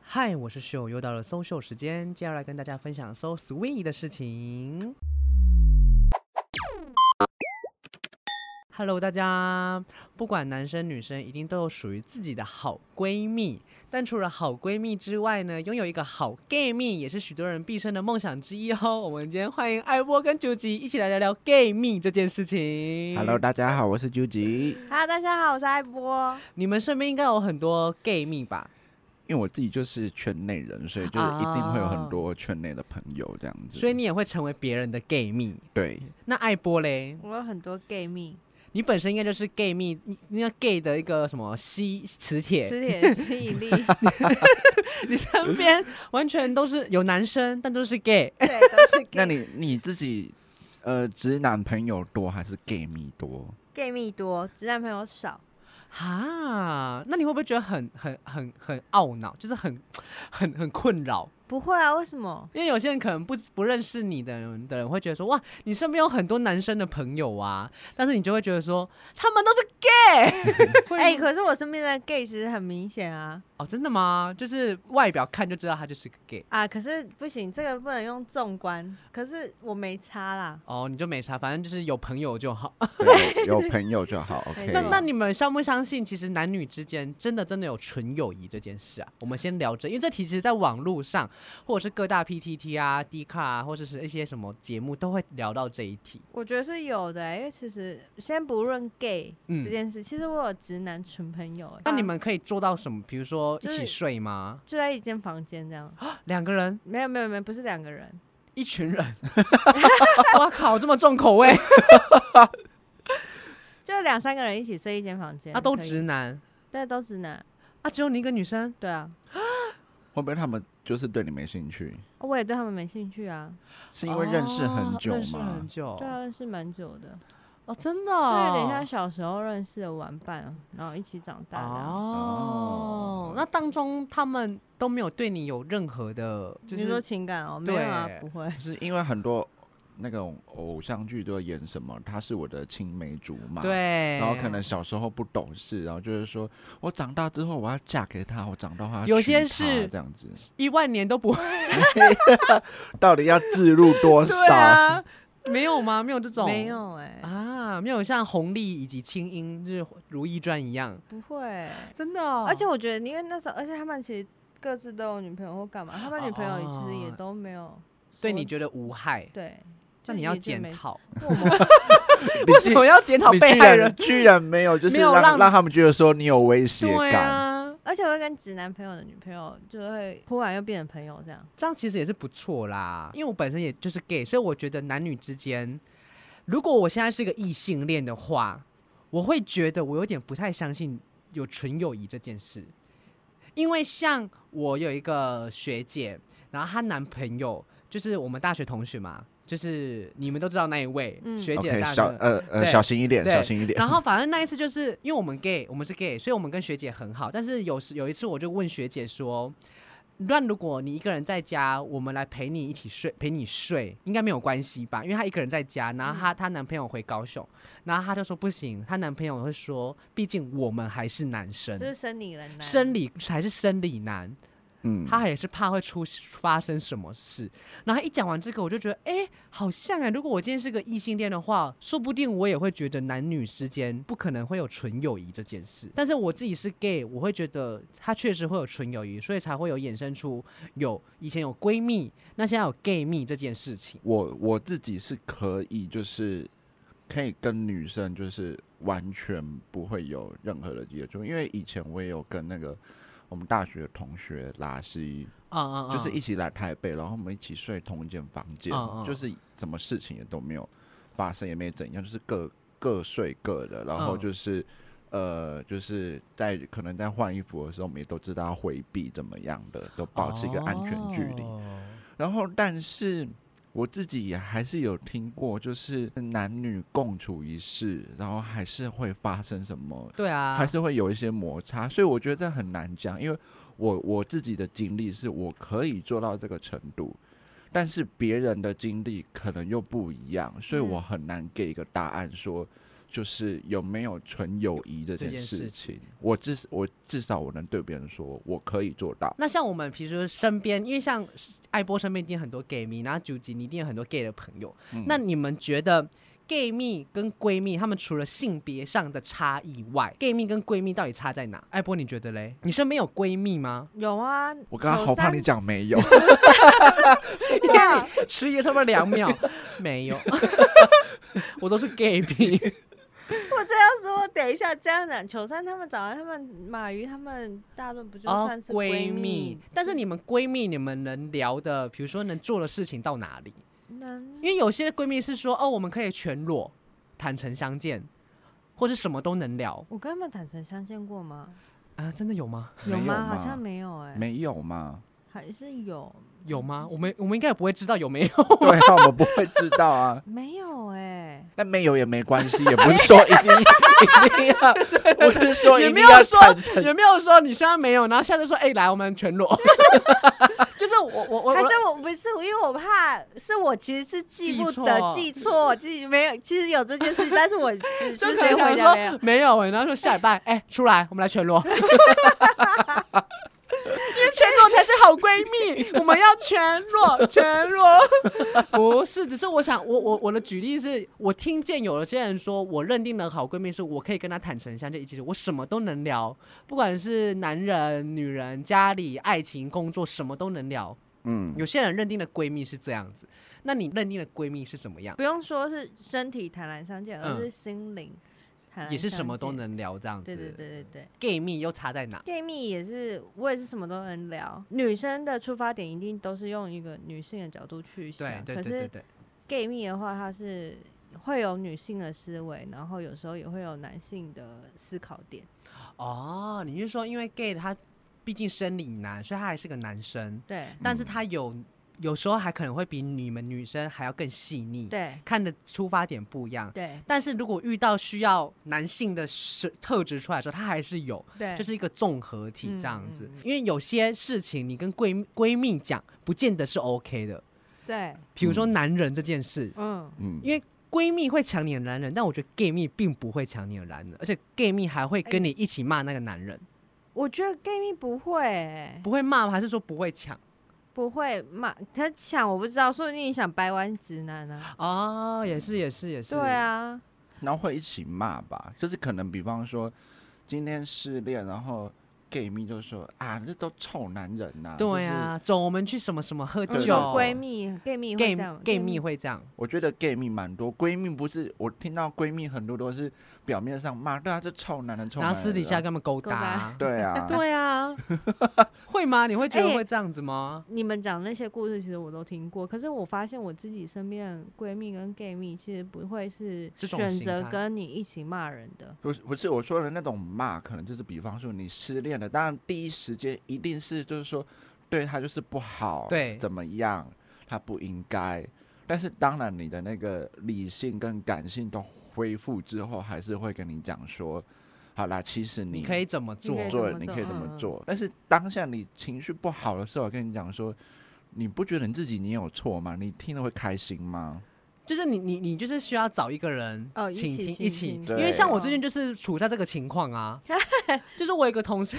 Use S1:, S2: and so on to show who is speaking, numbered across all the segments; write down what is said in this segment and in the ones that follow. S1: 嗨，我是秀，又到了搜秀时间，接下来跟大家分享搜 Swing 的事情。Hello，大家，不管男生女生，一定都有属于自己的好闺蜜。但除了好闺蜜之外呢，拥有一个好 gay 蜜也是许多人毕生的梦想之一哦。我们今天欢迎艾波跟九吉一起来聊聊 gay 蜜这件事情。
S2: Hello，大家好，我是 j 吉。
S3: 哈，大家好，我是艾波。
S1: 你们身边应该有很多 gay 蜜吧？
S2: 因为我自己就是圈内人，所以就是一定会有很多圈内的朋友这样子。
S1: 哦所以你也会成为别人的 gay 蜜。
S2: 对，
S1: 那艾波嘞？
S3: 我有很多 gay 蜜，
S1: 你本身应该就是 gay 蜜，你那个 gay 的一个什么吸磁铁，
S3: 磁铁吸 引力，
S1: 你身边完全都是有男生，但都是 gay。
S3: 对，都是 gay,
S2: 那你你自己呃，直男朋友多还是 gay 蜜多？
S3: gay 蜜多，直男朋友少。
S1: 哈，那你会不会觉得很很很很懊恼，就是很很很困扰？
S3: 不会啊，为什么？
S1: 因为有些人可能不不认识你的人的人会觉得说，哇，你身边有很多男生的朋友啊，但是你就会觉得说，他们都是 gay 会。
S3: 哎、可是我身边的 gay 其实很明显啊
S1: 哦，真的吗？就是外表看就知道他就是个 gay。
S3: 啊！可是不行，这个不能用纵观。可是我没差啦，
S1: 哦，你就没啥，反正就是有朋友就好。
S2: 对，有朋友就好。OK。
S1: 那
S3: 对
S1: 那你们相不相信，其实男女之间真的真的有纯友谊这件事啊？我们先聊着，因为这题其实在网络上，或者是各大 PTT 啊、D 卡啊，或者是一些什么节目都会聊到这一题。
S3: 我觉得是有的、欸因为其实先不论 gay 这
S1: 嗯，
S3: 件事，其实我有直男纯朋友、哎
S1: 那你们可以做到什么？比如说一
S3: 就是
S1: 起睡吗？
S3: 就在一间房间这样？
S1: 两个人、
S3: 没有没有没有，不是两个人，
S1: 一群人？ 哇靠，这么重口 味？
S3: 就两三个人一起睡一间房间。
S1: 啊，都
S3: 可以
S1: 直，男
S3: 对，都直男，
S1: 啊，只有你一个女生？
S3: 对啊。
S2: 会不会他们就是对你没兴趣？
S3: 哦我也对他们没兴趣啊，
S2: 是因为认识很
S1: 哦
S2: 久
S1: 认识
S2: 吗
S1: 很？久
S3: 对。啊，认识蛮久的，
S1: 哦，真的
S3: 就
S1: 哦，
S3: 有点像小时候认识的玩伴，然后一起长大的啊。
S1: 哦
S2: 哦，
S1: 那当中他们都没有对你有任何的，就
S3: 你说
S1: 是
S3: 情感哦，没有啊
S1: 对，
S3: 不会。
S2: 是因为很多那种偶像剧都会演什么，他是我的青梅竹马。。
S1: 对，
S2: 然后可能小时候不懂事，然后就是说我长大之后我要嫁给他，我长大后要
S1: 有
S2: 娶
S1: 些
S2: 她
S1: 是
S2: 这样子，
S1: 一万年都不会，啊
S2: 到底要置入多少？
S1: 对啊，没有吗？没有这种，
S3: 没有哎、
S1: 啊，没有像红丽以及青樱，就是《如懿传》一样，
S3: 不会。
S1: 真的哦、
S3: 而且我觉得，因为那时候，而且他们其实各自都有女朋友或干嘛，他们女朋友其实也
S1: 哦
S3: 都没有
S1: 对
S3: 说
S1: 你觉得无害，
S3: 对。
S1: 那
S3: 就
S1: 你
S3: 也
S1: 要
S3: 就
S1: 检
S3: 没
S1: 讨，
S3: 我们
S2: 你
S1: 为什
S2: 竟
S1: 么要检讨
S2: 你
S1: 被
S2: 居
S1: 害
S2: 然
S1: 人？
S2: 居然没有，就是
S1: 没有
S2: 让
S1: 让
S2: 让他们觉得说你有威胁
S1: 对
S2: 感。
S1: 啊，
S3: 而且我会跟直男朋友的女朋友，就会忽然又变成朋友这样。
S1: 这样其实也是不错啦，因为我本身也就是 gay，所以我觉得男女之间，如果我现在是个异性恋的话，我会觉得我有点不太相信有纯友谊这件事，因为像我有一个学姐，然后她男朋友就是我们大学同学嘛，就是你们都知道那一位、
S3: 嗯
S1: 学姐的
S2: OK，
S1: 大学
S2: 小呃呃，
S1: 对
S2: 小心一点，
S1: 对
S2: 小心一点。
S1: 然后反正那一次就是因为我们 gay，我们是 gay，所以我们跟学姐很好。但是有时有一次我就问学姐说：“那如果你一个人在家，我们来陪你一起睡，陪你睡应该没有关系吧？因为她一个人在家，然后她她男朋友回高雄，然后她就说不行，她男朋友会说，毕竟我们还是男生
S3: 就，是生理人男，
S1: 生理还是生理男，
S2: 嗯，
S1: 他也是怕会出发生什么事。然后一讲完这个，我就觉得，哎、好像啊、如果我今天是个异性恋的话，说不定我也会觉得男女之间不可能会有纯友谊这件事。但是我自己是 gay，我会觉得他确实会有纯友谊，所以才会有衍生出有以前有闺蜜，那现在有 gay 蜜这件事情。
S2: 我我自己是可以，就是可以跟女生就是完全不会有任何的接触，因为以前我也有跟那个我们大学同学拉西，
S1: 啊啊
S2: 就是一起来台北，然后我们一起睡同一间房间
S1: 嗯嗯，
S2: 就是什么事情也都没有发生，也没怎样，就是各各睡各的，然后
S1: 嗯
S2: 就是。呃，就是在可能在换衣服的时候，我们也都知道要回避怎么样的，都保持一个安全距离。
S1: 哦
S2: 然后，但是我自己也还是有听过，就是男女共处一室，然后还是会发生什么，
S1: 对啊，
S2: 还是会有一些摩擦，所以我觉得这很难讲，因为我我自己的经历是我可以做到这个程度。但是别人的经历可能又不一样，所以
S3: 嗯
S2: 我很难给一个答案说，就是有没有纯友谊这
S1: 这
S2: 件
S1: 件
S2: 事
S1: 事
S2: 情，我至我至少我能对别人说我可以做到。
S1: 那像我们平时身边，因为像艾波身边一定很多 gay 蜜，然后九吉你一定有很多 gay 的朋友。那你们觉得 gay 蜜跟闺蜜，他们除了性别上的差异外，gay 蜜跟闺蜜到底差在哪？艾波，你觉得嘞？你身边有闺蜜吗？
S3: 有啊，
S2: 我刚刚好怕你讲没有，
S3: 讲话，
S1: 迟疑了差不多两秒， 没有，我都是 gay 蜜。
S3: 我这样说，等一下这样讲，球三他们早安，他们马云他们大论不就
S1: 哦
S3: 算，是
S1: 闺
S3: 蜜？
S1: 但是你们闺蜜，你们能聊的，比如说能做的事情到哪里？
S3: 能
S1: 因为有些闺蜜是说，哦，我们可以全裸坦诚相见，或是什么都能聊
S3: 我跟他们坦诚相见过吗？
S1: 啊、真的有吗？
S2: 没有
S3: 吗？
S2: 吗
S3: 好像没有哎、
S2: 没有吗？
S3: 还是有，
S1: 有吗？我们我们应该也不会知道有没有。
S2: 对啊，我们不会知道啊。
S3: 没有哎、
S2: 但没有也没关系，也不是说一定 一定要，不是 说
S1: 也
S2: 一
S1: 没
S2: 定
S1: 有
S2: 要
S1: 说
S2: 坦诚。
S1: 也没有说你现在没有，然后下次说，哎、来，我们全裸。 就是我我我
S3: 还
S1: 我
S3: 是我不是，因为我怕是我其实是记
S1: 记
S3: 不得
S1: 错
S3: 记错，自己没有，其实有这件事情，但 是我只
S1: 就是可能
S3: 谁
S1: 想
S3: 回家没
S1: 说
S3: 有。
S1: 没有哎、然后说下礼拜哎、出来，我们来全裸，因 为全裸才是好闺蜜，我们要全裸全裸。 不是，只是我想我我我的举例是我听见有些人说，我认定的好闺蜜是我可以跟她坦诚相见，一起我什么都能聊，不管是男人、女人、家里、爱情、工作，什么都能聊。
S2: 嗯，
S1: 有些人认定的闺蜜是这样子，那你认定的闺蜜是怎么样？
S3: 不用说是身体坦然相见，而
S1: 嗯
S3: 是心灵坦然
S1: 也是什
S3: 相
S1: 么都
S3: 见。
S1: 能聊这样子。
S3: 嗯对对对对对。
S1: gay 蜜又差在哪？
S3: gay 蜜也是，我也是什么都能聊。女生的出发点一定都是用一个女性的角度去
S1: 对
S3: 想，
S1: 对
S3: 可
S1: 对对
S3: 是
S1: 对，
S3: gay 蜜的话，它是会有女性的思维，然后有时候也会有男性的思考点。
S1: 哦，你是说因为 gay 他毕竟生理男，所以他还是个男生，
S3: 对
S1: 但是他有、有时候还可能会比你们女生还要更细腻，
S3: 对
S1: 看的出发点不一样。
S3: 对
S1: 但是如果遇到需要男性的是特质出来的时候，他还是有，
S3: 对，
S1: 就是一个综合体这样子。
S3: 嗯嗯
S1: 因为有些事情你跟闺蜜闺蜜讲，不见得是 OK 的，
S3: 对，
S1: 比如说男人这件事，
S3: 嗯，
S2: 嗯
S1: 因为闺蜜会抢你的男人，但我觉得 gay 蜜并不会抢你的男人，而且 gay 蜜还会
S3: 哎
S1: 跟你一起骂那个男人，
S3: 我觉得 gay 蜜不会欸、
S1: 不会骂吗还是说不会抢？
S3: 不会骂他抢，我不知道，说不定你想掰弯直男啊。
S1: 哦，也是也是也是，
S3: 对，啊，
S2: 然后会一起骂吧，就是可能比方说今天失恋，然后 gay 蜜就说啊，这都臭男人呐、
S1: 对
S2: 就是
S1: 啊，走，我们去什么什么喝
S3: 我
S1: 酒
S2: 对
S3: 说嗯闺
S1: 啊
S3: 蜜 gay 蜜会
S1: ，gay
S3: 这样嗯
S1: gay 蜜会这样，
S2: 我觉得 gay 蜜蛮多，闺蜜不是我听到闺蜜很多都是表面上骂，对啊，这臭男人，臭
S1: 然
S2: 男
S1: 后
S2: 人，啊
S1: 私底下跟他们勾
S3: 勾搭
S1: 搭，
S2: 对啊，
S1: 嗯对啊，会吗？你会觉得
S3: 哎
S1: 会这样子吗？
S3: 你们讲那些故事，其实我都听过。可是我发现我自己身边的闺蜜跟 gay 蜜，其实不会是
S1: 这种
S3: 选
S1: 心
S3: 择
S1: 态
S3: 跟你一起骂人的。
S2: 不是不是我说的那种骂，可能就是比方说你失恋了，当然第一时间一定是就是说对他就是不好，
S1: 对
S2: 怎么样，他不应该。但是当然你的那个理性跟感性都恢复之后，还是会跟你讲说，好啦，其实
S1: 你
S2: 你
S1: 可以怎么做
S3: 可以？
S2: 做，
S3: 怎么
S2: 你
S3: 做
S2: 可以怎
S3: 嗯
S2: 么
S3: 嗯
S2: 做。但是当下你情绪不好的时候，我跟你讲说，你不觉得你自己你有错吗？你听了会开心吗？
S1: 就是你你你就是需要找一个人
S3: 哦，一
S1: 倾
S3: 起
S1: 听
S3: 倾
S1: 一起
S3: 听
S2: 对
S1: 因为像我最
S3: 哦
S1: 近就是处在这个情况 啊，就是我有一个同事，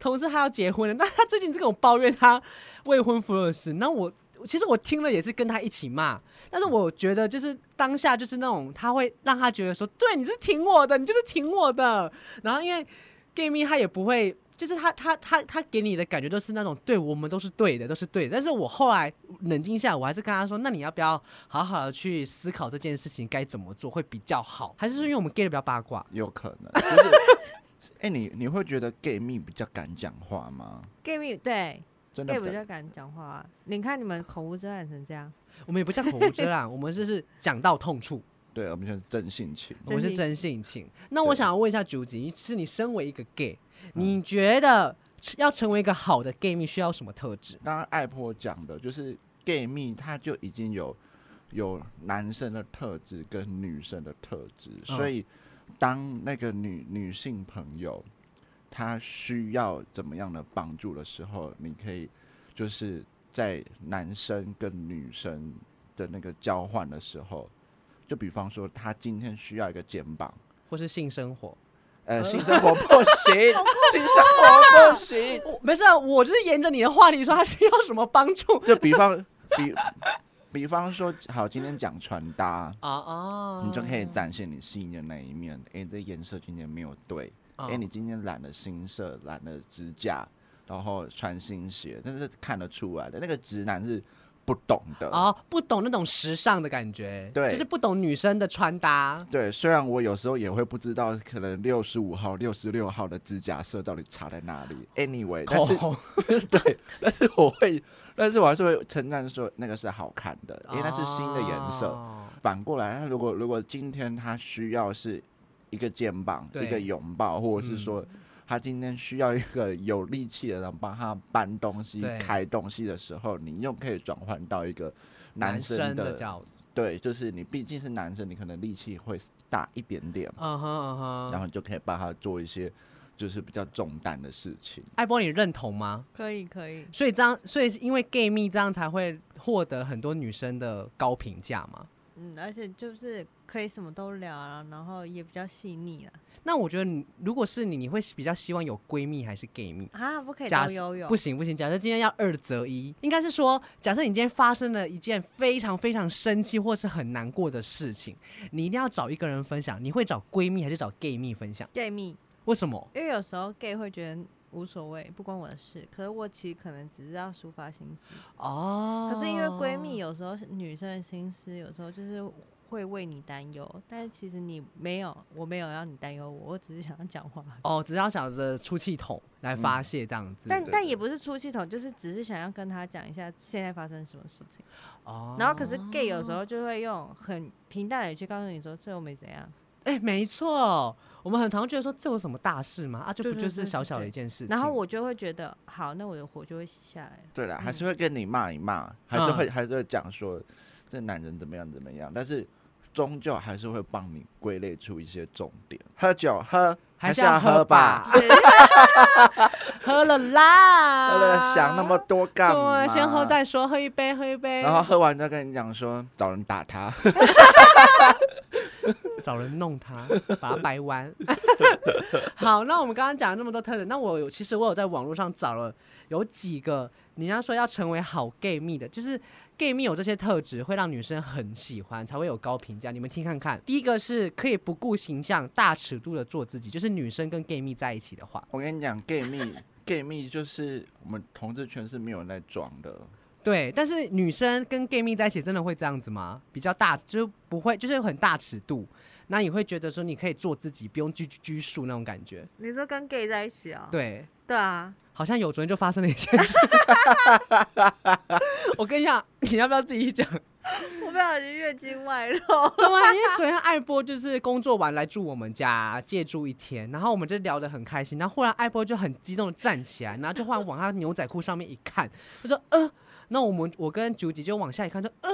S1: 同事他要结婚了，那他最近就跟我抱怨他未婚夫的事，那我其实我听了也是跟他一起骂，但是我觉得就是当下就是那种他会让他觉得说，对，你是挺我的，你就是挺我的，然后因为 gay 蜜他也不会。就是他他他他给你的感觉都是那种对我们都是对的，都是对的。但是我后来冷静下来，我还是跟他说，那你要不要好好的去思考这件事情该怎么做会比较好？还是说因为我们 gay 的比较八卦？
S2: 有可 能，就是，哎、你你会觉得 gay 蜜比较敢讲话吗？
S3: gay 蜜对
S2: 真的
S3: gay
S2: 比
S3: 比
S2: 较
S3: 较敢讲话、啊。你看你们口无遮拦成这样，
S1: 我们也不叫口无遮 拦，啊我们就是讲到痛处，
S2: 对，我们就是真性情。
S1: 我们是真性情。那我
S2: 对
S1: 想要问一下九吉，是你身为一个 gay，、你觉得要成为一个好的 gay 蜜需要什么特质？
S2: 刚刚艾婆讲的，就是 gay 蜜，他就已经有有男生的特质跟女生的特质，
S1: 嗯
S2: 所以当那个女女性朋友她需要怎么样的帮助的时候，你可以就是在男生跟女生的那个交换的时候，就比方说他今天需要一个肩膀，
S1: 或是性生活。
S2: 呃，性生活不行，性生活不行。
S1: 我没事啊，我就是沿着你的话题说，他需要什么帮助
S2: 就比方 比比方说，好，今天讲穿搭，
S1: 啊啊
S2: 你就可以展现你细腻的那一面。
S1: 嗯
S2: 哎、你这颜色今天没有对，
S1: 哦
S2: 哎、你今天染了新色，染了指甲，然后穿新鞋，但是看得出来的。那个直男是不懂的。
S1: 哦，不懂那种时尚的感觉，
S2: 对
S1: 就是不懂女生的穿搭。
S2: 对，虽然我有时候也会不知道，可能六十五号、六十六号的指甲色到底差在哪里。Anyway，但
S1: 口
S2: 是
S1: 红
S2: 对，但是我会，但是我还是会称赞说那个是好看的，因为哎那是新的颜色。
S1: 哦
S2: 反过来，他如果如果今天他需要是一个肩膀、
S1: 对嗯
S2: 一个拥抱，或者是说他今天需要一个有力气的人帮他搬东西
S1: 对、
S2: 开东西的时候，你又可以转换到一个
S1: 男
S2: 生
S1: 的角度，
S2: 对，就是你毕竟是男生，你可能力气会大一点点，
S1: 嗯哼嗯哼。
S2: 然后你就可以帮他做一些就是比较重担的事情。
S1: 艾波，你认同吗？
S3: 可以可以，
S1: 所以这样，所以是因为 gay 蜜这样才会获得很多女生的高评价嘛。
S3: 嗯，而且就是可以什么都聊啊，然后也比较细腻啊。
S1: 那我觉得你，如果是你，你会比较希望有闺蜜还是 gay 蜜？
S3: 啊，不可以
S1: 假
S3: 都
S1: 设
S3: 游泳
S1: 不，行不行，假设今天要二择一，应该是说，假设你今天发生了一件非常非常生气或是很难过的事情，你一定要找一个人分享。你会找闺蜜还是找 gay 蜜分享？
S3: gay 蜜，
S1: 为什么？
S3: 因为有时候 gay 会觉得无所谓，不关我的事。可是我其实可能只是要抒发心思。
S1: 哦，
S3: 可是因为闺蜜有时候是女生的心思，有时候就是会为你担忧，但是其实你没有，我没有要你担忧我，我只是想要讲话。
S1: 哦，只要想着出气筒来发泄这样子。
S3: 但
S2: 对
S3: 但
S2: 对
S3: 也不是出气筒，就是只是想要跟她讲一下现在发生什么事情。
S1: 哦，
S3: 然后可是 gay 有时候就会用很平淡的语气告诉你说，最后没怎样。
S1: 哎、没错，我们很常觉得说这有什么大事吗？啊，这不
S3: 对对
S1: 就
S3: 对
S1: 是
S3: 对
S1: 小小的
S3: 对
S1: 一件事情。
S3: 然后我就会觉得，好，那我的火就会熄下 来了。
S2: 对了，
S1: 嗯
S2: 还是会跟你骂一骂，还是会还是会讲说这男人怎么样怎么样，但是终究还是会帮你归类出一些重点。喝酒喝
S1: 还
S2: 是
S1: 是要
S2: 喝
S1: 喝吧， 喝了啦，
S2: 喝了想那么多干嘛？
S1: 对，先喝。再说，喝一杯，喝一杯，
S2: 然后喝完再跟你讲说找人打他，
S1: 找人弄他，把他掰弯。好，那我们刚刚讲了那么多特点，那我有其实我有在网络上找了有几个，你要说要成为好 gay 蜜的，就是 gay 蜜有这些特质会让女生很喜欢，才会有高评价。你们听看看，第一个是可以不顾形象、大尺度的做自己，就是女生跟 gay 蜜在一起的话，
S2: 我跟你讲，gay 蜜 gay 蜜就是我们同志圈是没有人在装的，
S1: 对。但是女生跟 gay 蜜在一起真的会这样子吗？比较大，就是不会，就是很大尺度。那你会觉得说你可以做自己，不用拘拘束那种感觉，
S3: 你说跟 gay 在一起啊、
S1: 对。
S3: 对啊，
S1: 好像有昨天就发生了一件 事。我跟你讲，你要不要自己讲？
S3: 我不小心月经外露。
S1: 对啊，因为昨天艾波就是工作完来住我们家，借住一天，然后我们就聊得很开心，然后忽然艾波就很激动的站起来，然后就忽然往他牛仔裤上面一看，就说：“呃。”那我们我跟九姐就往下一看，就呃。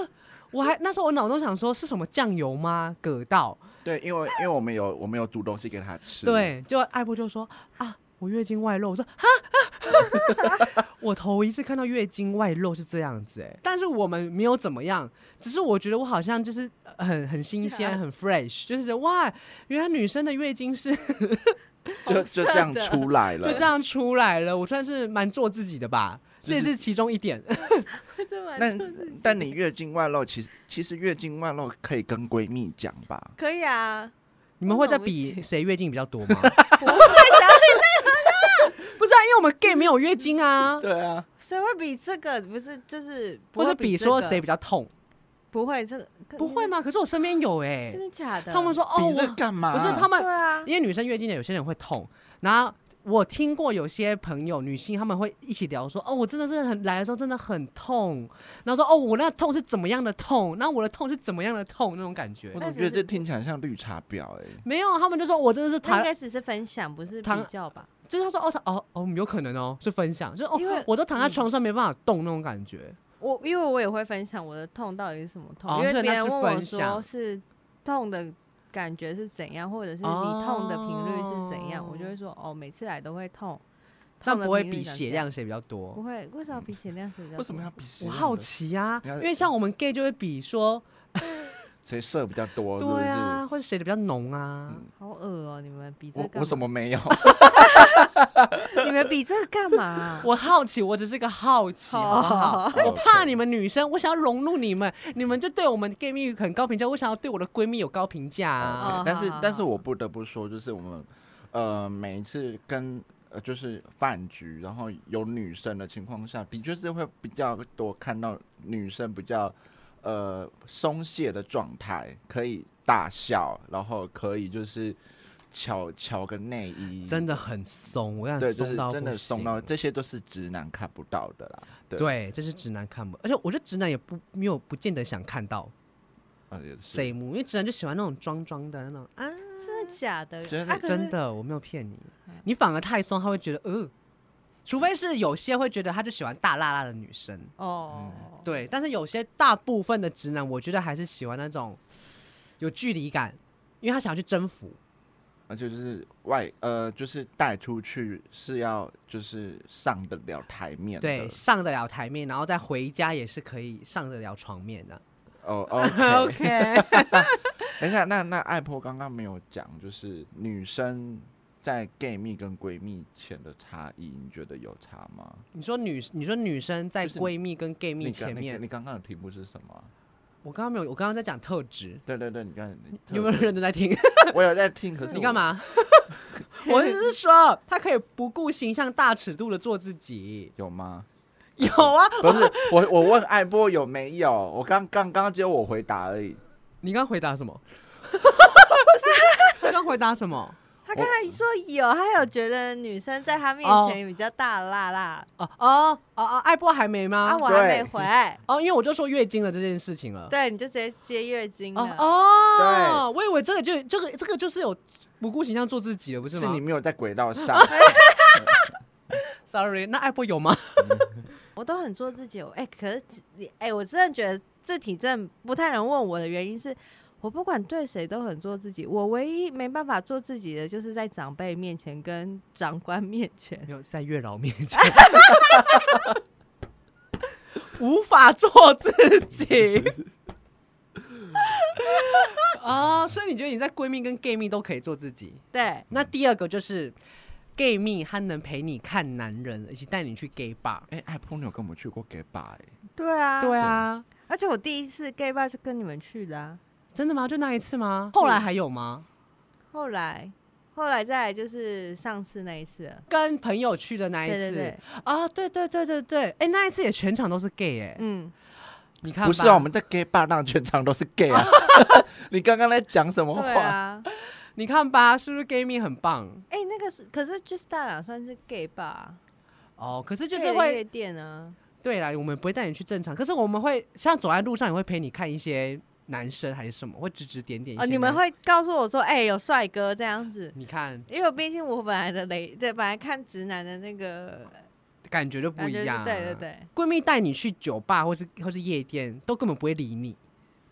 S1: 我还那时候我脑中想说是什么酱油吗？葛到
S2: 对，因为因为我们有我们有煮东西给他吃，，
S1: 对，就艾波就说啊，我月经外露。我说啊，啊 我头一次看到月经外露是这样子哎、但是我们没有怎么样，只是我觉得我好像就是呃很很新
S3: 啊
S1: 鲜，很 fresh，就是觉得哇，原来女生的月经是就
S2: 就就这样出来 了，
S1: 这样出来了。我算是蛮做自己的吧，这也
S2: 就是
S1: 其中一点。
S3: 这 蛮
S2: 但
S3: 做自己
S2: 但你月经外露，其实其实月经外露可以跟闺蜜讲吧。
S3: 可以啊，
S1: 你们会在
S3: 我懂我
S1: 比
S3: 懂
S1: 谁月经比较多吗？
S3: 不会的，
S1: 不是啊，因为我们 gay 没有月经啊，
S2: 对啊，
S3: 谁会比这个？不是，就是不
S1: 或者
S3: 会
S1: 比
S3: 这
S1: 说
S3: 个
S1: 谁比较痛，
S3: 不会这个
S1: 不会？吗？可是我身边有哎、
S3: 真的假的？
S1: 他们说哦，
S2: 比
S1: 我
S2: 这干嘛？
S1: 不是他们
S3: 对啊，
S1: 因为女生月经的有些人会痛，然后我听过有些朋友女性她们会一起聊说，哦，我真的是很来的时候真的很痛，然后说哦，我那痛是怎么样的痛，那我的痛是怎么样的痛那种感觉
S2: 我，
S3: 那
S2: 总
S3: 只
S2: 觉得
S3: 是
S2: 这
S3: 不
S2: 听起来像绿茶婊哎、欸。
S1: 没有，他们就说我真的是
S3: 他应
S1: 谈，
S3: 该只是分享，不是
S1: 唐
S3: 比较吧？
S1: 就是他说哦，他哦哦，有可能哦，是分享，就是哦
S3: 因为，嗯
S1: 我都躺在床上没办法动那种感觉，
S3: 我因为我也会分享我的痛到底是什么痛，
S1: 哦
S3: 因
S1: 所
S3: 为
S1: 以
S3: 别
S1: 那
S3: 人
S1: 是
S3: 问我
S1: 分享
S3: 说是痛的感觉是怎样，或者是你
S1: 哦
S3: 痛的频率是怎样，我就会说哦，每次来都会痛，
S1: 但
S3: 痛的
S1: 不会
S3: 频率
S1: 比
S3: 长
S1: 血
S3: 这样，
S1: 量谁比较
S3: 不
S1: 多。
S3: 会，为什么比血量是比较？
S2: 为什么要？比谁？
S3: 嗯
S1: 我好，奇啊，
S2: 你要
S1: 因为像我们 gay 就会比说，
S2: 谁射比较多，是不
S1: 对啊，
S2: 哦是？嗯
S1: 或者谁的比较浓啊？
S3: 好恶哦、你们比这个
S2: 我
S3: 干
S2: 我怎
S3: 嘛？
S2: 么没有？
S3: 你们比这个干嘛啊、
S1: 我好奇，我只是个好奇，好不好？ 我怕你们女生，我想要融入你们，你们就对我们 gay 蜜很高评价，我想要对我的闺蜜有高评价啊。
S3: 哦
S2: 但是
S3: 好好
S2: 但是
S3: 好
S2: 我不得不说，就是我们呃每一次跟呃就是饭局，然后有女生的情况下，的确是会比较多看到女生比较呃松懈的状态，可以大笑，然后可以就是巧巧个内衣，
S1: 真的很松，我想
S2: 对，就
S1: 松
S2: 是
S1: 到
S2: 真的
S1: 不
S2: 松
S1: 行
S2: 到，这些都是直男看不到的啦。对，
S1: 对，这是直男看不，而且我觉得直男也不没有不见得想看到
S2: 呃也
S1: 这
S2: 是。
S1: 一幕，因为直男就喜欢那种装装的那种啊，
S3: 真的假的？
S2: 真的
S3: 啊可是
S1: 真的，我没有骗你，
S2: 嗯
S1: 你反而太松，他会觉得呃，除非是有些会觉得他就喜欢大辣辣的女生，
S3: 哦。
S1: 对，但是有些大部分的直男，我觉得还是喜欢那种有距离感，因为他想要去征服。
S2: 而且就是外呃，就是带出去是要就是上得了台面的，
S1: 对，上得了台面，然后再回家也是可以上得了床面的。
S2: 哦，OK。
S1: OK，
S2: 等一下，那那艾波刚刚没有讲，就是女生在 gay 蜜跟闺蜜前的差异，你觉得有差吗？
S1: 你说女，你说女生在
S2: 就是啊
S1: 闺蜜跟 gay 蜜
S2: 你刚
S1: 前
S2: 你
S1: 面，
S2: 你刚刚的题目是什么啊？
S1: 我刚刚没有，我刚刚在讲特质，
S2: 对对对，你刚才你
S1: 你有没有认真在听？
S2: 我有在听，可是
S1: 你
S2: 我
S1: 干？ 嘛？我是说，他可以不顾形象、大尺度的做自己。
S2: 有吗？
S1: 有啊，
S2: 不是，我我问艾波有没有？我刚刚刚只有我回答而已。
S1: 你刚回答什么？ 他刚回答什么？
S3: 他刚才说有，他有觉得女生在他面前比较大辣辣，
S1: 哦哦哦哦，艾波还没吗
S3: 啊，？我还没
S2: 对
S3: 回，
S1: 哦，因为我就说月经了这件事情了。
S3: 对，你就直接接月经了。
S1: 哦哦，我以为这个就这个这个就是有不顾形象做自己了，不
S2: 是
S1: 吗
S2: 你没有在轨 道上。
S1: ？Sorry，那艾波有吗？
S3: 我都很做自己，我哎、可是你哎、我真的觉得这体证不太能问我的原因是。我不管对谁都很做自己，我唯一没办法做自己的就是在长辈面前跟长官面前，
S1: 没有，在月老面前。 无法做自己 哦，所以你觉得你在闺蜜跟 gay 蜜都可以做自己？
S3: 对，
S1: 那第二个就是 gay 蜜，她能陪你看男人，以及带你去 gay bar。
S2: 哎、艾波，你有跟我们去过 gay bar？、欸、
S3: 对啊，
S1: 对啊，
S3: 而且我第一次 gay bar 就跟你们去的、啊，
S1: 真的吗？就那一次吗？后来还有吗？
S3: 后来后来再来就是上次那一次了，
S1: 跟朋友去的那一
S3: 对
S1: 次
S3: 对对，
S1: 啊，对对对对对，哎、那一次也全场都是 gay 哎、
S3: 嗯，
S1: 你看吧
S2: 不是啊，我们在 gay bar 让全场都是 gay 啊！你刚刚在讲什么
S3: 对
S2: 话？
S3: 啊，
S1: 你看吧，是不是 gay 蜜很棒
S3: 哎、那个是可是就是大朗算是 gay 吧，
S1: 哦？可是就
S3: gay
S1: 是
S3: 的
S1: 会
S3: 夜店啊，
S1: 对啦，我们不会带你去正常，可是我们会像走在路上也会陪你看一些男生还是什么，会指指点点一些
S3: 哦，你们
S1: 男
S3: 会告诉我说，哎、有帅哥这样子，
S1: 你看
S3: 因为毕竟我本来的雷，对，本来看直男的那个
S1: 感觉就不
S3: 感觉
S1: 一
S3: 是
S1: 样，啊
S3: 啊对对。对，
S1: 闺蜜带你去酒吧或是或是夜店，都根本不会理你，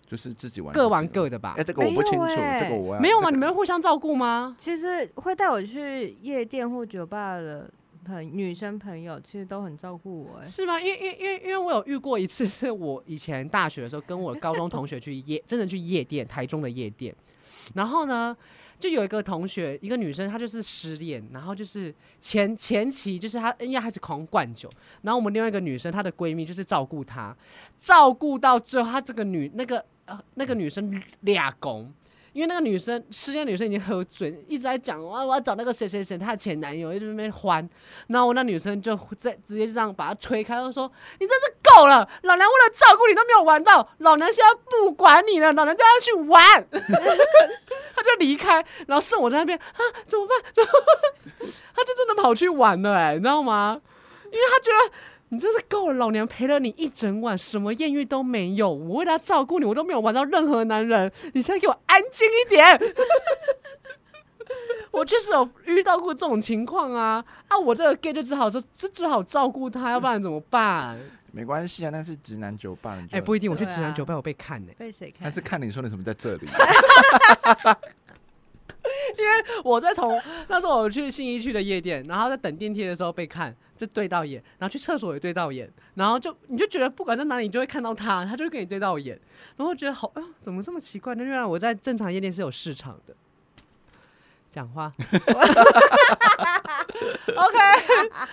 S2: 就是自己玩，
S1: 各玩。各的吧
S2: 哎、？啊这个我不
S3: 没有
S2: 清楚，
S3: 欸
S2: 这个我要
S1: 啊没有吗？
S2: 这
S1: 你
S2: 个
S1: 们会互相照顾吗？
S3: 其实会带我去夜店或酒吧的朋女生朋友，其实都很照顾我、哎，
S1: 是吗？因为因为因为因为我有遇过一次，是我以前大学的时候跟我高中同学去夜，真的去夜店，台中的夜店。然后呢，就有一个同学，一个女生，她就是失恋，然后就是前前期就是她因为开始狂灌酒，然后我们另外一个女生，她的闺蜜就是照顾她，照顾到最后，她这个女那个呃那个女生俩拱。因为那个女生失恋，女生已经喝醉，一直在讲我我要找那个谁谁谁，她的前男友，一直在那边欢，然后我那女生就在直接这样把他推开，就说：“你真是够了！老娘为了照顾你都没有玩到，老娘现在不管你了，老娘就要去玩。” 他就离开，然后剩我在那边啊，怎么办？怎么办？他就真的跑去玩了、哎，你知道吗？因为他觉得你真是够了，老娘陪了你一整晚，什么艳遇都没有，我为了照顾你，我都没有玩到任何男人，你现在给我安静一点。 我确实有遇到过这种情况啊啊！我这个 gay 就只好说，这只好照顾他，要不然怎么办？
S2: 没关系啊，那是直男酒吧。
S1: 哎、不一定，我去
S3: 对啊
S1: 直男酒吧有被看 呢、
S3: 被谁看？
S2: 他是看你说你怎么在这里，
S1: 我在从那时候我去信义区的夜店，然后在等电梯的时候被看，这对到眼，然后去厕所也对到眼，然后就你就觉得不管在哪里，你就会看到他，他就会跟你对到眼，然后觉得好，啊、怎么这么奇怪？那原来我在正常夜店是有市场的。讲 话，OK，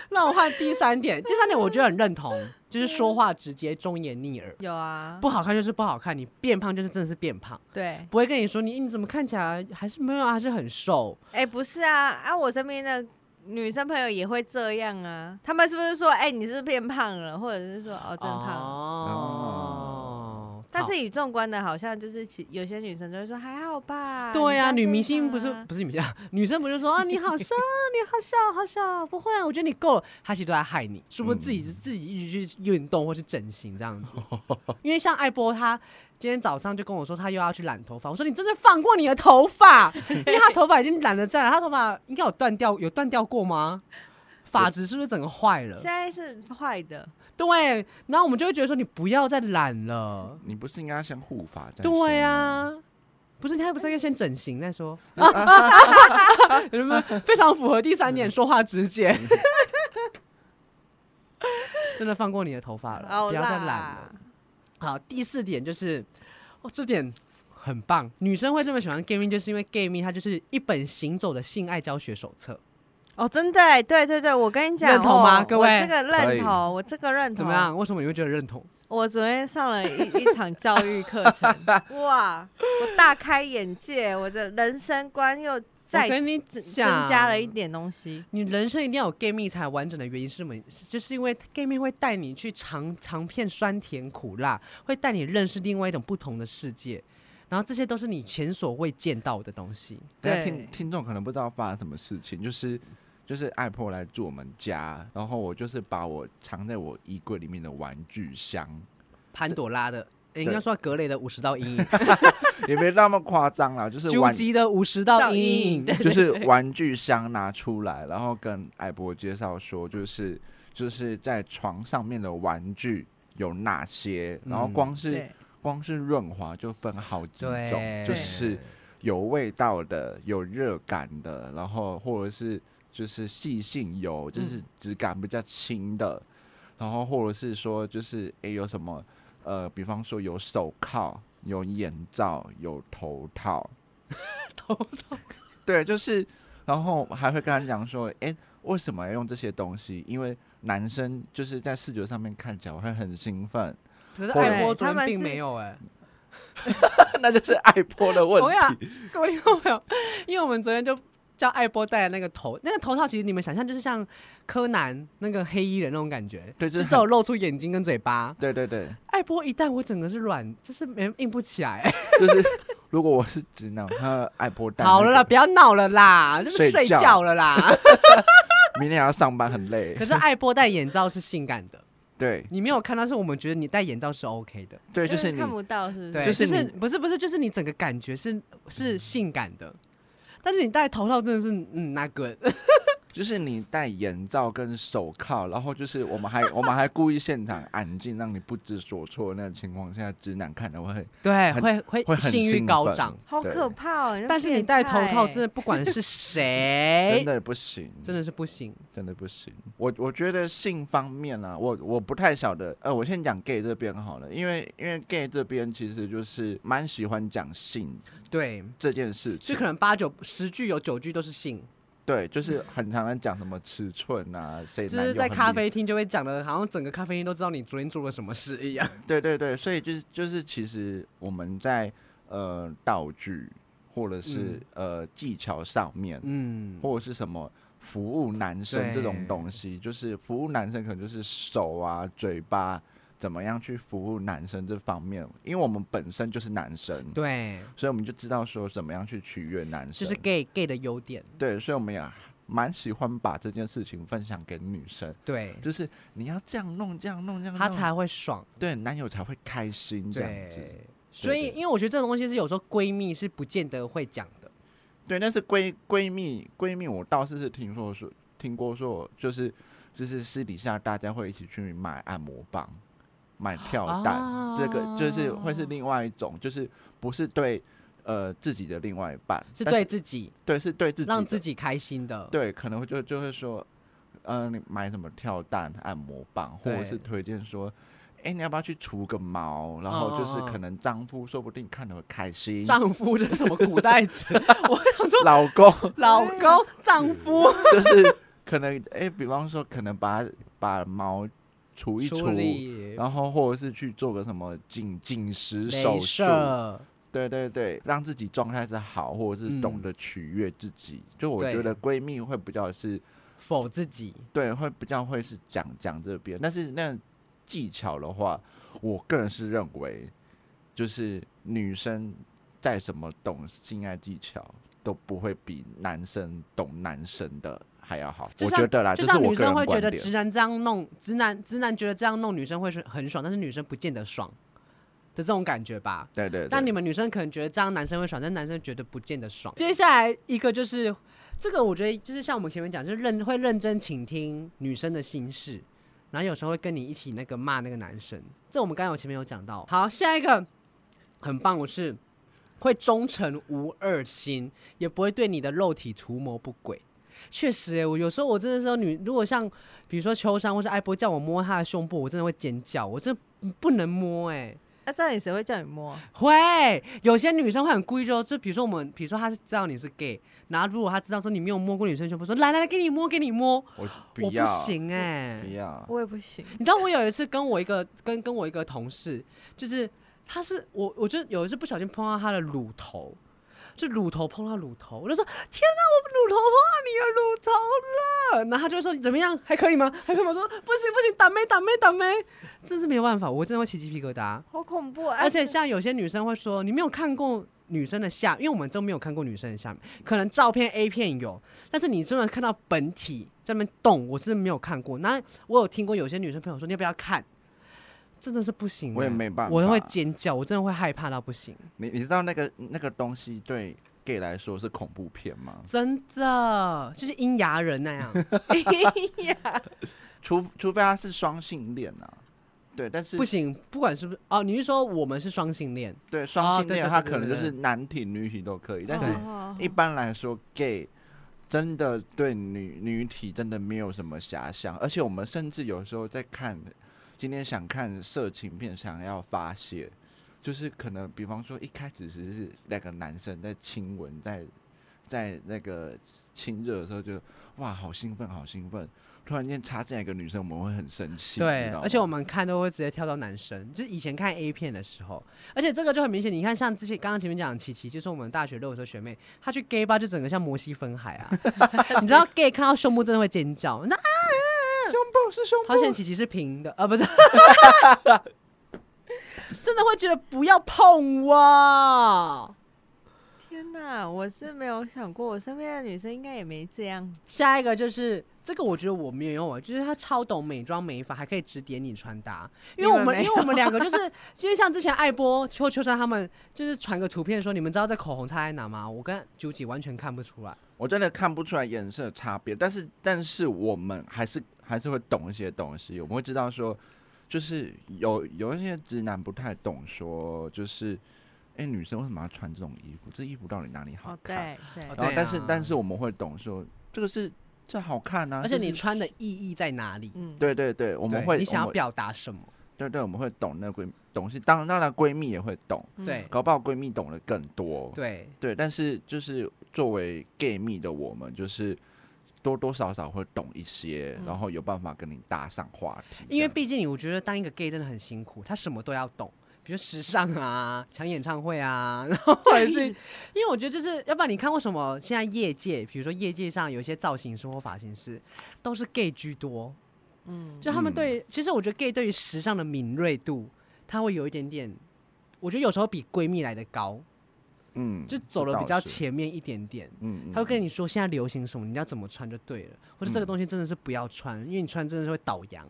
S1: 让我换第三点。第三点我觉得很认同，就是说话直接、忠言逆耳，
S3: 有啊，
S1: 不好看就是不好看，你变胖就是真的是变胖，
S3: 对，
S1: 不会跟你说你你怎么看起来还是没有啊，还是很瘦。
S3: 哎、不是啊，啊，我身边的女生朋友也会这样啊，他们是不是说，哎、你是不是变胖了，或者是说，哦，真胖了。
S1: 哦，
S3: 但
S1: 好
S3: 是以纵观的，好像就是其有些女生就会说还好吧。
S1: 对
S3: 呀、
S1: 呀、女明星不是
S3: 啊
S1: 不是女明星啊，女生不是说啊你 好瘦，你好小好小，不会啊，我觉得你够了，她其实都在害你，是不是自己、自己一直去运动或是整形这样子？因为像艾波她今天早上就跟我说她又要去染头发，我说你真的放过你的头发，因为她头发已经染了再染，她头发应该有断掉，有断掉过吗？发质是不是整个坏了
S3: 现？在是坏的，
S1: 对，然后我们就会觉得说你不要再染了。
S2: 你不是应该先护法再说
S1: 对呀、啊
S2: 吗，
S1: 不是，你还不是应该先整形再说？有没有非常符合第三点，说话直 接。真的放过你的头发了，
S3: 好
S1: 不要再染
S3: 啦
S1: 了。好，第四点就是，哦，这点很棒。女生会这么喜欢 gay 蜜，就是因为 gay 蜜它就是一本行走的性爱教学手册。
S3: 哦，真的欸，对对对，我跟你讲，
S1: 认同吗
S3: 哦
S1: 各
S3: 我
S1: 位
S3: 这个
S2: 可
S3: 认
S2: 以
S3: 同，我这个认同。
S1: 怎么？样？为什么你会觉得认同？
S3: 我昨天上了一一场教育课程， 哇，我大开眼界，我的人生观又
S1: 我
S3: 再
S1: 跟你
S3: 增增
S1: 讲，
S3: 加了一点东西。
S1: 你人生一定要有 gay 蜜才完整的原因是什么？是就是因为 gay 蜜会带你去尝尝遍酸甜苦辣，会带你认识另外一种不同的世界，然后这些都是你前所未见到的东西。
S2: 大家
S3: 对
S2: 听听众可能不知道发生什么事情，就是就是艾婆来住我们家，然后我就是把我藏在我衣柜里面的玩具箱，
S1: 潘朵拉的，诶应该说格雷的五十道阴 影，
S2: 也没那么夸 张啦，就是
S1: 朱
S2: 玩
S1: 基的五十道阴
S3: 阴影
S1: 影，
S2: 就是玩具箱拿出来，然后跟艾博介绍说，就是就是在床上面的玩具有哪些，然后
S1: 嗯
S2: 光是、
S3: 对，
S2: 光是润滑就分好几种，
S1: 对，
S2: 就是有味道的、有热感的，然后或者是就是细性油，就是
S1: 嗯
S2: 质感比较轻的，然后或者是说就是诶有什么呃，比方说有手铐、有眼罩、有头套，
S1: 头套
S2: 对，就是然后还会跟他讲说，诶，为什么要用这些东西？因为男生就是在视觉上面看起来会很兴奋，
S1: 可是
S2: 对
S1: 艾波昨
S3: 他们
S1: 天并
S3: 是
S1: 没有哎、诶
S2: 那就是爱泼的问
S1: 我跟你讲
S2: 题。
S1: 各位听众朋友，因为我们昨天就叫艾波戴的那个头，那个头套其实你们想象就是像柯南那个黑衣人那种感觉，
S2: 对 就是
S1: 就只有露出眼睛跟嘴巴。
S2: 对对对，
S1: 艾波一戴，我整个是软，就是没硬不起来。
S2: 就是如果我是直男，他爱泼蛋。
S1: 好了啦，不要闹了啦，就是睡
S2: 睡觉
S1: 觉了 啦。
S2: 明天还要上班，很累
S1: 可。是艾波戴眼罩是性感的，
S2: 对
S1: 你没有看到，是我们觉得你戴眼罩是 OK 的。
S2: 对，就
S3: 因为
S2: 是你
S3: 看不到，是不是？
S1: 对，
S2: 嗯就是
S1: 就是
S2: 你嗯
S1: 不是不是，就是你整个感觉是是性感的，但是你戴头套真的是嗯那个，
S2: 就是你戴眼罩跟手铐，然后就是我们还我们还 故意现场安静，让你不知所措的那个情况下，直男看的会
S1: 对，
S2: 很
S1: 会会
S2: 会很
S1: 性欲
S2: 兴
S1: 高
S2: 奋
S1: 涨。
S3: 好
S2: 对
S3: 可怕哦！
S1: 但是你戴头套，真的
S3: 的
S1: 不管是
S2: 真
S1: 谁，
S2: 的不行，
S1: 真的是不行。
S2: 真的不行。我我觉得性方面啊，我我不太晓得。呃，我先讲 gay 这边好了，因为因为 gay 这边其实就是蛮喜欢讲性
S1: 对，
S2: 这件事
S1: 就
S2: 情
S1: 可，能八九十句有九句都是性，
S2: 对，就是很常常讲什么尺寸啊，谁
S1: 就
S2: 男
S1: 是
S2: 友
S1: 在
S2: 很
S1: 咖
S2: 厉害
S1: 啡厅就会讲的，好像整个咖啡厅都知道你昨天做了什么事一 样。
S2: 对对对，所以就是就是，其实我们在呃道具或者是、呃技巧上面，
S1: 嗯，
S2: 或者是什么服务男生这种
S1: 对
S2: 东西，就是服务男生可能就是手啊、嘴巴怎么样去服务男生这方面，因为我们本身就是男生，
S1: 对，
S2: 所以我们就知道说怎么样去取悦男
S1: 就
S2: 生，
S1: 是 gay gay 的优点。
S2: 对，所以我们也蛮喜欢把这件事情分享给女生，
S1: 对，
S2: 就是你要这样弄、这样弄、这样弄，
S1: 他才会爽。
S2: 对男友才会开心这样子。
S1: 对，所以
S2: 对
S1: 因为我觉得这种东西是有时候闺蜜是不见得会讲的。
S2: 对，但是闺闺蜜闺蜜，我倒是是听说说听过说，就是就是私底下大家会一起去买按摩棒、买跳蛋，
S1: 哦
S2: 这个就是会是另外一种，就是不是对呃自己的另外一半，
S1: 是
S2: 但
S1: 对自己，
S2: 对是对自己
S1: 让
S2: 的
S1: 自己开心的。
S2: 对，可能就就会说。呃，你买什么跳蛋按摩棒，或者是
S1: 对
S2: 推荐说，哎、你要不要去除个毛？然后就是
S1: 嗯嗯嗯
S2: 可能丈夫说不定看得开心，
S1: 丈夫这是什么古代 词？我想说，
S2: 老公
S3: 啊
S1: 老公、丈夫，
S2: 就是可能哎、比方说可能把把毛除一除
S1: 处，理
S2: 然后或者是去做个什么紧紧实手
S1: 镭
S2: 术，
S1: 射，
S2: 对对对，让自己状态是好，或者是懂
S1: 嗯
S2: 得取悦自己。就我觉
S1: 对
S2: 得闺蜜会比较是
S1: 否自己。
S2: 对，会比较会是讲讲这边，但是那技巧的话，我个人是认为，就是女生再怎么懂性爱技巧，都不会比男生懂男生的还要好。
S1: 就
S2: 我
S1: 像
S2: 觉得啦，
S1: 就
S2: 这是
S1: 像
S2: 我
S1: 女
S2: 个
S1: 生
S2: 人
S1: 会觉
S2: 观
S1: 得
S2: 点。
S1: 直男这样弄，直男直男觉得这样弄女生会是很爽，但是女生不见得爽的这种感觉吧。
S2: 对对对，
S1: 但你们女生可能觉得这样男生会爽，但男生觉得不见得爽。接下来一个就是这个，我觉得就是像我们前面讲，就是认会认真倾听女生的心事，然后有时候会跟你一起那个骂那个男生。这我们刚刚有前面有讲到。好，下一个很棒，我是会忠诚无二心，也不会对你的肉体图谋不轨。确实、欸，我有时候我真的是女，如果像比如说秋山或是艾波叫我摸她的胸部，我真的会尖叫，我真的不能摸哎、
S3: 那到底谁会啊叫你摸？
S1: 会，有些女生会很故意就就比如说我们，比如说她是知道你是 gay，然后如果她知道说你没有摸过女生胸部，说来来来给你摸给你摸，
S2: 我
S1: 我
S2: 不
S1: 不
S2: 要，
S1: 行哎、
S2: 不要，
S3: 我也不行。
S1: 你知道我有一次跟我一个跟跟我一个同事，就是他是我，我就有一次不小心碰到他的乳头，就乳头碰到乳头，我就说天哪，我乳头碰到你的乳头了。然后他就说怎么样，还可以吗？还可以吗？我 说不行不行，打妹打妹打妹，真是没有办法，我真的会起鸡皮疙瘩。
S3: 好恐怖！哎
S1: 而且像有些女生会说，你没有看过女生的下，因为我们都没有看过女生的下面，可能照片 A 片有，但是你真的看到本体在那边动，我是没有看过。那我有听过有些女生朋友说，你要不要看？真的是不行、啊欸
S2: 我也没办法。哦
S1: 我都会尖叫，我真的会害怕到不行，
S2: 你你知道那个那个东西对 gay 来说是恐怖片吗？
S1: 真的就是阴阳人那 样，
S2: 除除非他是双性恋啊，对，但是
S1: 不行，不管是不是哦，你是说我们是双性恋？
S2: 对
S1: 哦
S2: 双性
S1: 对
S2: 恋，
S1: 对
S2: 他
S1: 对
S2: 可能就
S1: 对
S2: 是男体女体都可以，但是
S3: 哦
S2: 一般来说，gay 真的对女女体真的没有什么遐想，而且我们甚至有时候在看，今天想看色情片，想要发泄，就是可能比方说一开始只是那个男生在亲吻，在在那个亲热的时候就哇好兴奋，好兴奋，突然间插进来一个女生，我们会很生气，你
S1: 对
S2: 知，道
S1: 而且我
S2: 吗
S1: 们看都会直接跳到男生，就是以前看 A 片的时候，而且这个就很明显。你看，像之前刚刚前面讲的琪琪，就是我们大学六的时候学妹，她去 gay 吧就整个像摩西分海 啊，你知道 gay 看到胸部真的会尖叫，你知道啊，胸部是胸部，好险琪琪是平的啊，不是，真的会觉得不要碰我。
S3: 天哪，我是没有想过，我身边的女生应该也没这样。
S1: 下一个就是这个，我觉得我没有用啊，就是他超懂美妆美发，还可以指点你穿搭。因为
S3: 你
S1: 我
S3: 们
S1: 们
S3: 没
S1: 因为我们两个就是， 因为像之前艾波邱秋山他们就是传个图片说，你们知道这口红擦在哪吗？我跟九几完全看不出来。
S2: 我真的看不出来颜色差别，但是但是我们还是还是会懂一些东西，我们会知道说，就是有有一些直男不太懂说，就是哎、诶女生为什么要穿这种衣服？这衣服到底哪里好
S3: 哦，
S2: 看？
S3: 对对
S1: 哦，
S2: 然后但是、
S1: 对啊
S2: 但是我们会懂说，这个是这好看啊，
S1: 而且
S2: 这
S1: 你
S2: 是
S1: 穿的意义在哪里？
S3: 嗯，
S2: 对对对，我
S1: 我
S2: 们会
S1: 你想
S2: 我
S1: 要
S2: 们
S1: 表达什么？
S2: 对对，我们会懂那闺懂是当当然闺蜜也会懂，
S3: 嗯
S1: 对
S2: 搞不好闺蜜懂得更多。
S1: 对，
S2: 对，但是就是作为 gay 蜜的我们，就是多多少少会懂一些，然
S3: 嗯
S2: 后有办法跟你搭上话题这样。
S1: 因为毕竟我觉得当一个 gay 真的很辛苦，他什么都要懂。比如时尚啊，抢演唱会啊，然后或 者是，因为我觉得就是，要不然你看过什么？现在业界，比如说业界上有一些造型师或发型师，都是 gay 居多，
S3: 嗯，
S1: 就他们
S2: 嗯
S1: 对，其实我觉得 gay 对于时尚的敏锐度，他会有一点点，我觉得有时候比闺蜜来的高，
S2: 嗯，
S1: 就走
S2: 这
S1: 的比
S2: 倒
S1: 较
S2: 是，
S1: 前面一点点。
S2: 嗯，
S1: 他会跟
S2: 你
S1: 你说现在流行什么，你要怎么穿就对了，或者这个
S2: 嗯
S1: 东西真的是不要穿，因为你穿真的是会倒洋。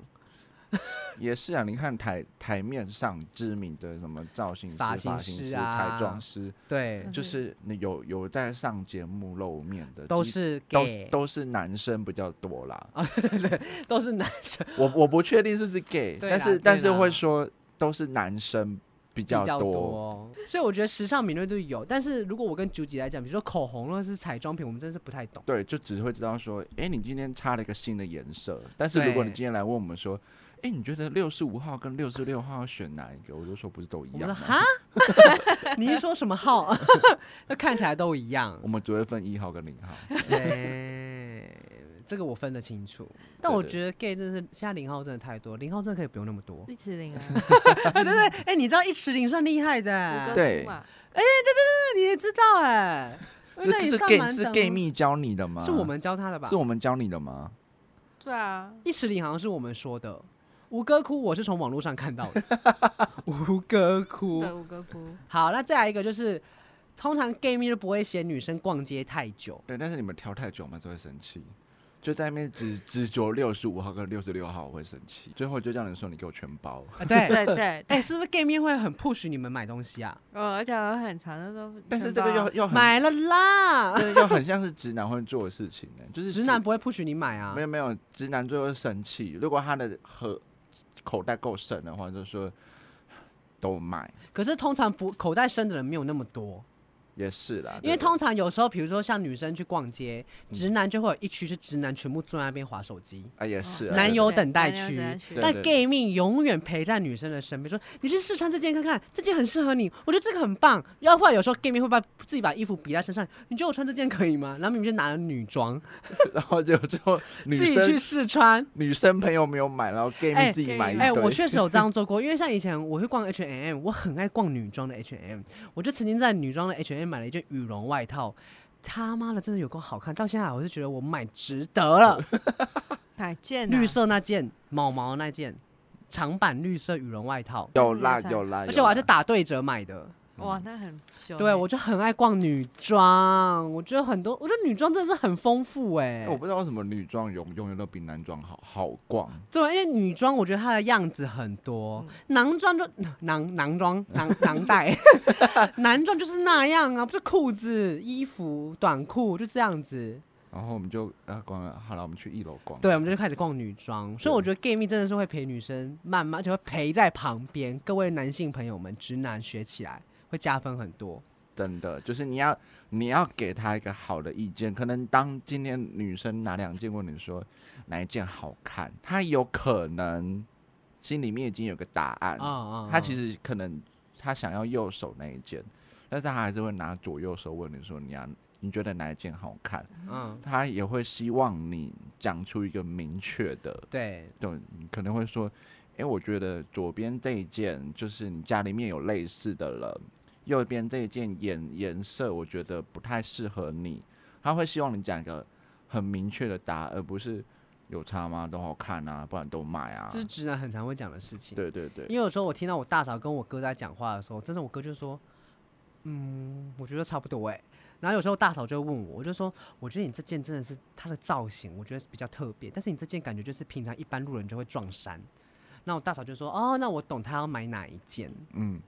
S2: 也是啊。你看台台面上知名的什么造型师、
S1: 发型
S2: 发型
S1: 师
S2: 师、
S1: 啊
S2: 彩妆师，
S1: 对，
S2: 就
S3: 嗯
S2: 是你有有在上节目露面的，
S1: 都
S2: 基
S1: 是
S2: 都
S1: gay，啊
S2: 都是男生比较多啦。
S1: 都 是男生，
S2: 我我不确定是不是 gay，
S1: 对
S2: 但
S1: 啦
S2: 是但
S1: 对
S2: 是
S1: 啦
S2: 会说都是男生比
S1: 比
S2: 较
S1: 较
S2: 多。
S1: 多，所以我觉得时尚敏锐度有，但是如果我跟竹吉来讲，比如说口红或者是彩妆品，我们真的是不太懂。
S2: 对，就只会知道说，哎、你今天擦了一个新的颜色。但是如果你
S1: 对
S2: 今天来问我们说，哎、你觉得六十五号跟六十六号要选哪一个？我就说不是都一
S1: 我们
S2: 样
S1: 说
S2: 吗？
S1: 哈， 你是说什么号？那看起来都一 样
S2: 我。们只会分一号跟零号。
S1: 对，这个我分得清楚。但
S2: 对
S1: 我
S2: 对
S1: 觉得 gay 真的是现在零号真的太多，零号真的可以不用那么 多。
S3: 一七零啊，
S1: 哎，对对，哎，你知道一池零算厉害的
S3: 谷
S1: 欸，
S3: 歌
S1: 对，
S2: 对
S3: 出嘛
S1: 你也知道 哎，
S2: 是
S1: 那你
S2: 是
S1: 上
S2: gay
S1: 满
S2: 是
S1: 等
S2: gay 蜜教你的吗？
S1: 是我们教他的吧
S2: 是？我们教你的吗？
S3: 对啊，
S1: 一池零好像是我们说的。吴哥窟我是从网络上看 到的，吴哥窟。
S3: 对，五个窟，
S1: 好，那再来一个就是，通常 gay 蜜就不会嫌女生逛街太久，
S2: 对，但是你们挑太久，我们就会生气。就在那边执执着六十五号跟六十六号，我会生气。最后就叫人说你给我全包。
S1: 啊、对，
S3: 对对，
S1: 哎、是不是 gay 蜜会很 push 你们买东西啊？
S3: 哦，而且还很长，那都
S2: 但是
S3: 全
S2: 这个
S3: 包啊
S2: 又又很，
S1: 买了啦，
S2: 这个又很像是直男会做的事情呢、欸就是
S1: 直男不会 push 你买啊
S2: 没。有没有，直男最后生气。如果他的盒口袋够深的话，就说都买
S1: 可是通常不口袋深的人没有那么多，
S2: 也是啦。
S1: 因为
S2: 对嗯不对
S1: 通常有时候，比如说像女生去逛街，直男就会有一区是直男全部坐在那边划手机。
S2: 啊也是啊
S1: 哦男
S2: 对
S1: 友
S3: 哦对
S1: 等待
S3: 男友
S1: 区
S3: 等待区
S2: 对
S1: 但 gay 蜜永远陪在女生的身边，说你去试穿这件看看，这件很适合你，我觉得这个很棒。要不然有时候 gay 蜜会把自己把衣服比在身上，你觉得我穿这件可以吗？然后明明就拿了女装，
S2: 然后就最后女
S1: 自己去
S2: 生
S1: 试穿。
S2: 女生朋友没有买，然后 gay
S1: 哎
S2: 蜜自己
S3: gay
S2: 买一
S3: 蜜
S2: 堆。
S1: 哎、我确实有这样 做过，因为像以前我会逛 H&M，我很爱逛女装的 H&M，我就曾经在女装的 H&M 买了一件羽绒外套，他妈的真的有够好看，到现在我是觉得我买值得 了。
S3: 哪件啊
S1: 绿色那件，毛毛那件，长版绿色羽绒外套，
S2: 有啦有啦，
S1: 而
S2: 哎有啊
S1: 且我还
S2: 啦
S1: 是打对折买的。
S3: 哇，那很凶欸。
S1: 对，我就很爱逛女装，我觉得很多，我觉得女装真的是很丰富哎、
S2: 哎我不知道为什么女装永永远都比男装好好逛，
S1: 对，因为女装我觉得它的样子很
S2: 嗯
S1: 多，男装就 男男装男男 带，男装就是那样啊，不是裤子、衣服、短裤就这样子。
S2: 然后我们就啊逛了，好了，我们去一楼逛。
S1: 对，我们就开始逛女装，所以我觉得 gay 蜜真的是会陪女生慢慢，就会陪在旁边。各位男性朋友们，直男学起来会加分很多。
S2: 真的就是你要你要给她一个好的意见，可能当今天女生哪两件问你说哪一件好看，她有可能心里面已经有个答案，
S1: 啊啊
S2: 她嗯其
S1: 实
S2: 实可能她想要右手那一件，但是她还是会拿左右手问你说你要你觉得哪一件好看，
S1: 嗯，
S2: 她也会希望你讲出一个明确的
S1: 对，
S2: 对，你可能会说，诶，我觉得左边这一件就是你家里面有类似的了，右边这一件颜颜色我觉得不太适合你。他会希望你讲一个很明确的答案，而不是有差吗？都好看啊，不然都买啊
S1: 这。是直男很常会讲的事情。
S2: 对对对，
S1: 因为有时候我听到我大嫂跟我哥在讲话的时候，真的我哥就说，嗯，我觉得差不多哎、然后有时候大嫂就会问我，我就说，我觉得你这件真的是它的造型，我觉得比较特别，但是你这件感觉就是平常一般路人就会撞衫。那我大嫂就说，哦，那我懂他要买哪一件，
S2: 嗯，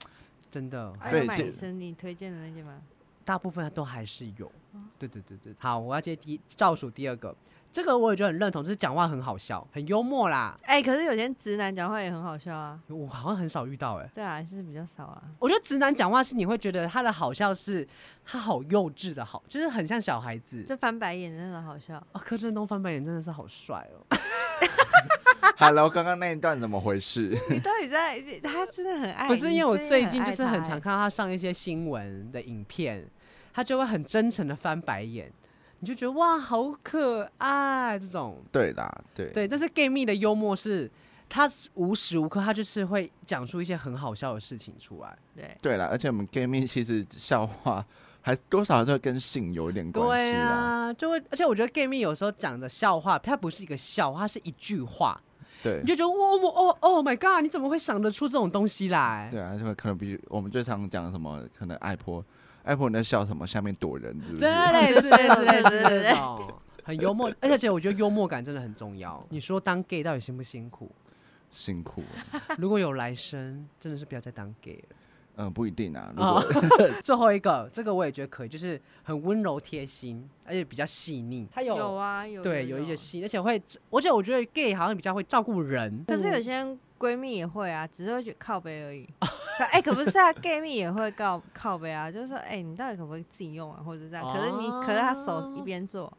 S1: 真的，
S3: 啊
S2: 对
S3: 要买
S2: 这
S3: 女生你推荐的那件吗？
S1: 大部分都还是有。对对对对，好，我要接第一倒数第二个，这个我也觉得很认同，就是讲话很好笑，很幽默啦。
S3: 哎，可是有些直男讲话也很好笑啊。
S1: 我好像很少遇到哎、
S3: 对啊，是比较少啊。
S1: 我觉得直男讲话是你会觉得他的好笑是他好幼稚的好，就是很像小孩子。
S3: 就翻白眼的那种好笑，
S1: 啊，柯震东翻白眼真的是好帅哦！
S2: Hello，刚刚那一段怎么回事？
S3: 你 到底在？他真的很哎爱你，
S1: 不是因为我
S3: 真的
S1: 最近就
S3: 爱
S1: 是
S3: 他
S1: 很
S3: 欸
S1: 常看到他上一些新闻的影片，他就会很真诚的翻白眼，你就觉得哇好可爱这种。
S2: 对啦，对，
S1: 对，但是 gay 蜜的幽默是，他是无时无刻他就是会讲出一些很好笑的事情出来。
S3: 对，
S2: 对啦，而且我们 gay 蜜其实笑话还多少都跟性有一点关系
S1: 对啊，就会，而且我觉得 gay 蜜有时候讲的笑话，它不是一个笑话，它是一句话，
S2: 对啊
S1: 你，就觉得哇哇哦哦 my god，你怎么会想得出这种东西来？
S2: 对啊，就会可能比如我们最常讲什么，可能爱婆，爱婆你在笑什么？下面躲人是不是？
S1: 对，类似类似类似
S3: 对对
S1: 这种。很幽默，而且我觉得幽默感真的很重要。你说当 gay 到底辛不辛苦？
S2: 辛苦了，
S1: 如果有来生，真的是不要再当 gay 了。
S2: 嗯，不一定啊。如
S1: 哦
S2: 果、，
S1: 最后一个，这个我也觉得可以，就是很温柔贴心，而且比较细腻。它
S3: 有啊，有
S1: 对，有一些细，而且会，而且我觉得 gay 好像比较会照顾人。
S3: 可是有些闺蜜也会啊，只是会觉得靠背而已。可哎、可不是啊，gay 蜜也会告靠背啊，就是说，哎、你到底可不可以自己用啊，或者这样？可是你，可是他手一
S1: 哦
S3: 边做，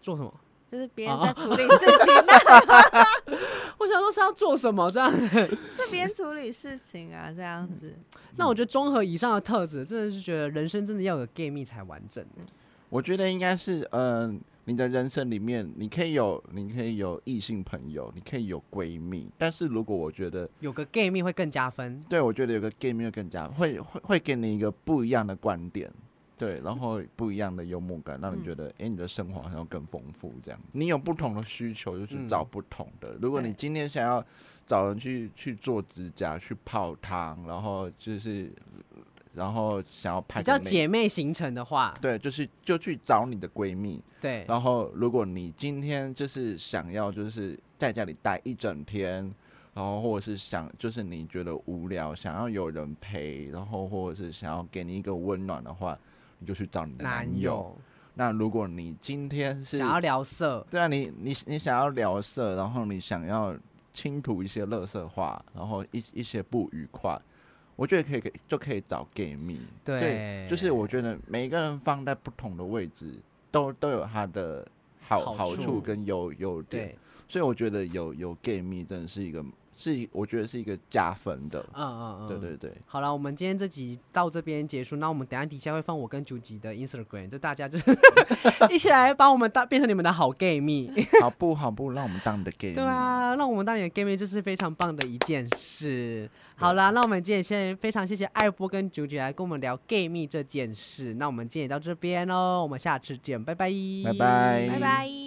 S1: 做什么？
S3: 就是别
S1: 哦
S3: 人在处理事情， 那
S1: 我想说是要做什么这样子。
S3: 是别人处理事情啊，这样子。
S2: 嗯
S1: 那我觉得综合以上的特质，真的是觉得人生真的要有 gay 蜜才完整。欸
S2: 我觉得应该是，嗯、你的人生里面，你可以有，你可以有异性朋友，你可以有闺蜜，但是如果我觉得，
S1: 有个 gay 蜜会更加分。
S2: 对我觉得有个 gay 蜜更加会会会给你一个不一样的观点，对，然后不一样的幽默感，让你觉
S1: 嗯
S2: 得，哎、你的生活好像更丰富这样。你有不同的需求，就去
S1: 嗯
S2: 找不同的。如果你
S3: 对
S2: 今天想要找人去去做指甲、去泡汤，然后就是，然后想要拍
S1: 比
S2: 个
S1: 较
S2: 内
S1: 姐妹形成的话，
S2: 对，就是就去找你的闺蜜，
S1: 对，
S2: 然后，如果你今天就是想要就是在家里待一整天，然后或者是想就是你觉得无聊，想要有人陪，然后或者是想要给你一个温暖的话，你就去找你的男
S1: 男友
S2: 那如果你今天是
S1: 想要聊色，
S2: 对啊，你你你想要聊色，然后你想要倾吐一些乐色话，然后一一些不愉快，我觉得可以就可以找 gay 蜜。所以
S1: 对
S2: 就是我觉得每一个人放在不同的位置，都都有他的好
S1: 好
S2: 好处
S1: 处
S2: 跟优优点。
S1: 对，
S2: 所以我觉得有有 gay 蜜真的是一个是一我觉得是一个加分的。
S1: 嗯嗯嗯，
S2: 对。对对，
S1: 好了，我们今天这集到这边结束。那我们等一下底下会放我跟九吉的 Instagram，就大家就是 一起来把我们当变成你们的好 gay 蜜，
S2: 好不好不让我们当你的 gay 蜜。
S1: 对啊，让我们当你的 gay 蜜就是非常棒的一件事。好啦，那我们今天先非常谢谢艾波跟九吉来跟我们聊 gay 蜜这件事。那我们今天也到这边喽，我们下次见，拜拜，
S2: 拜拜
S3: 拜拜。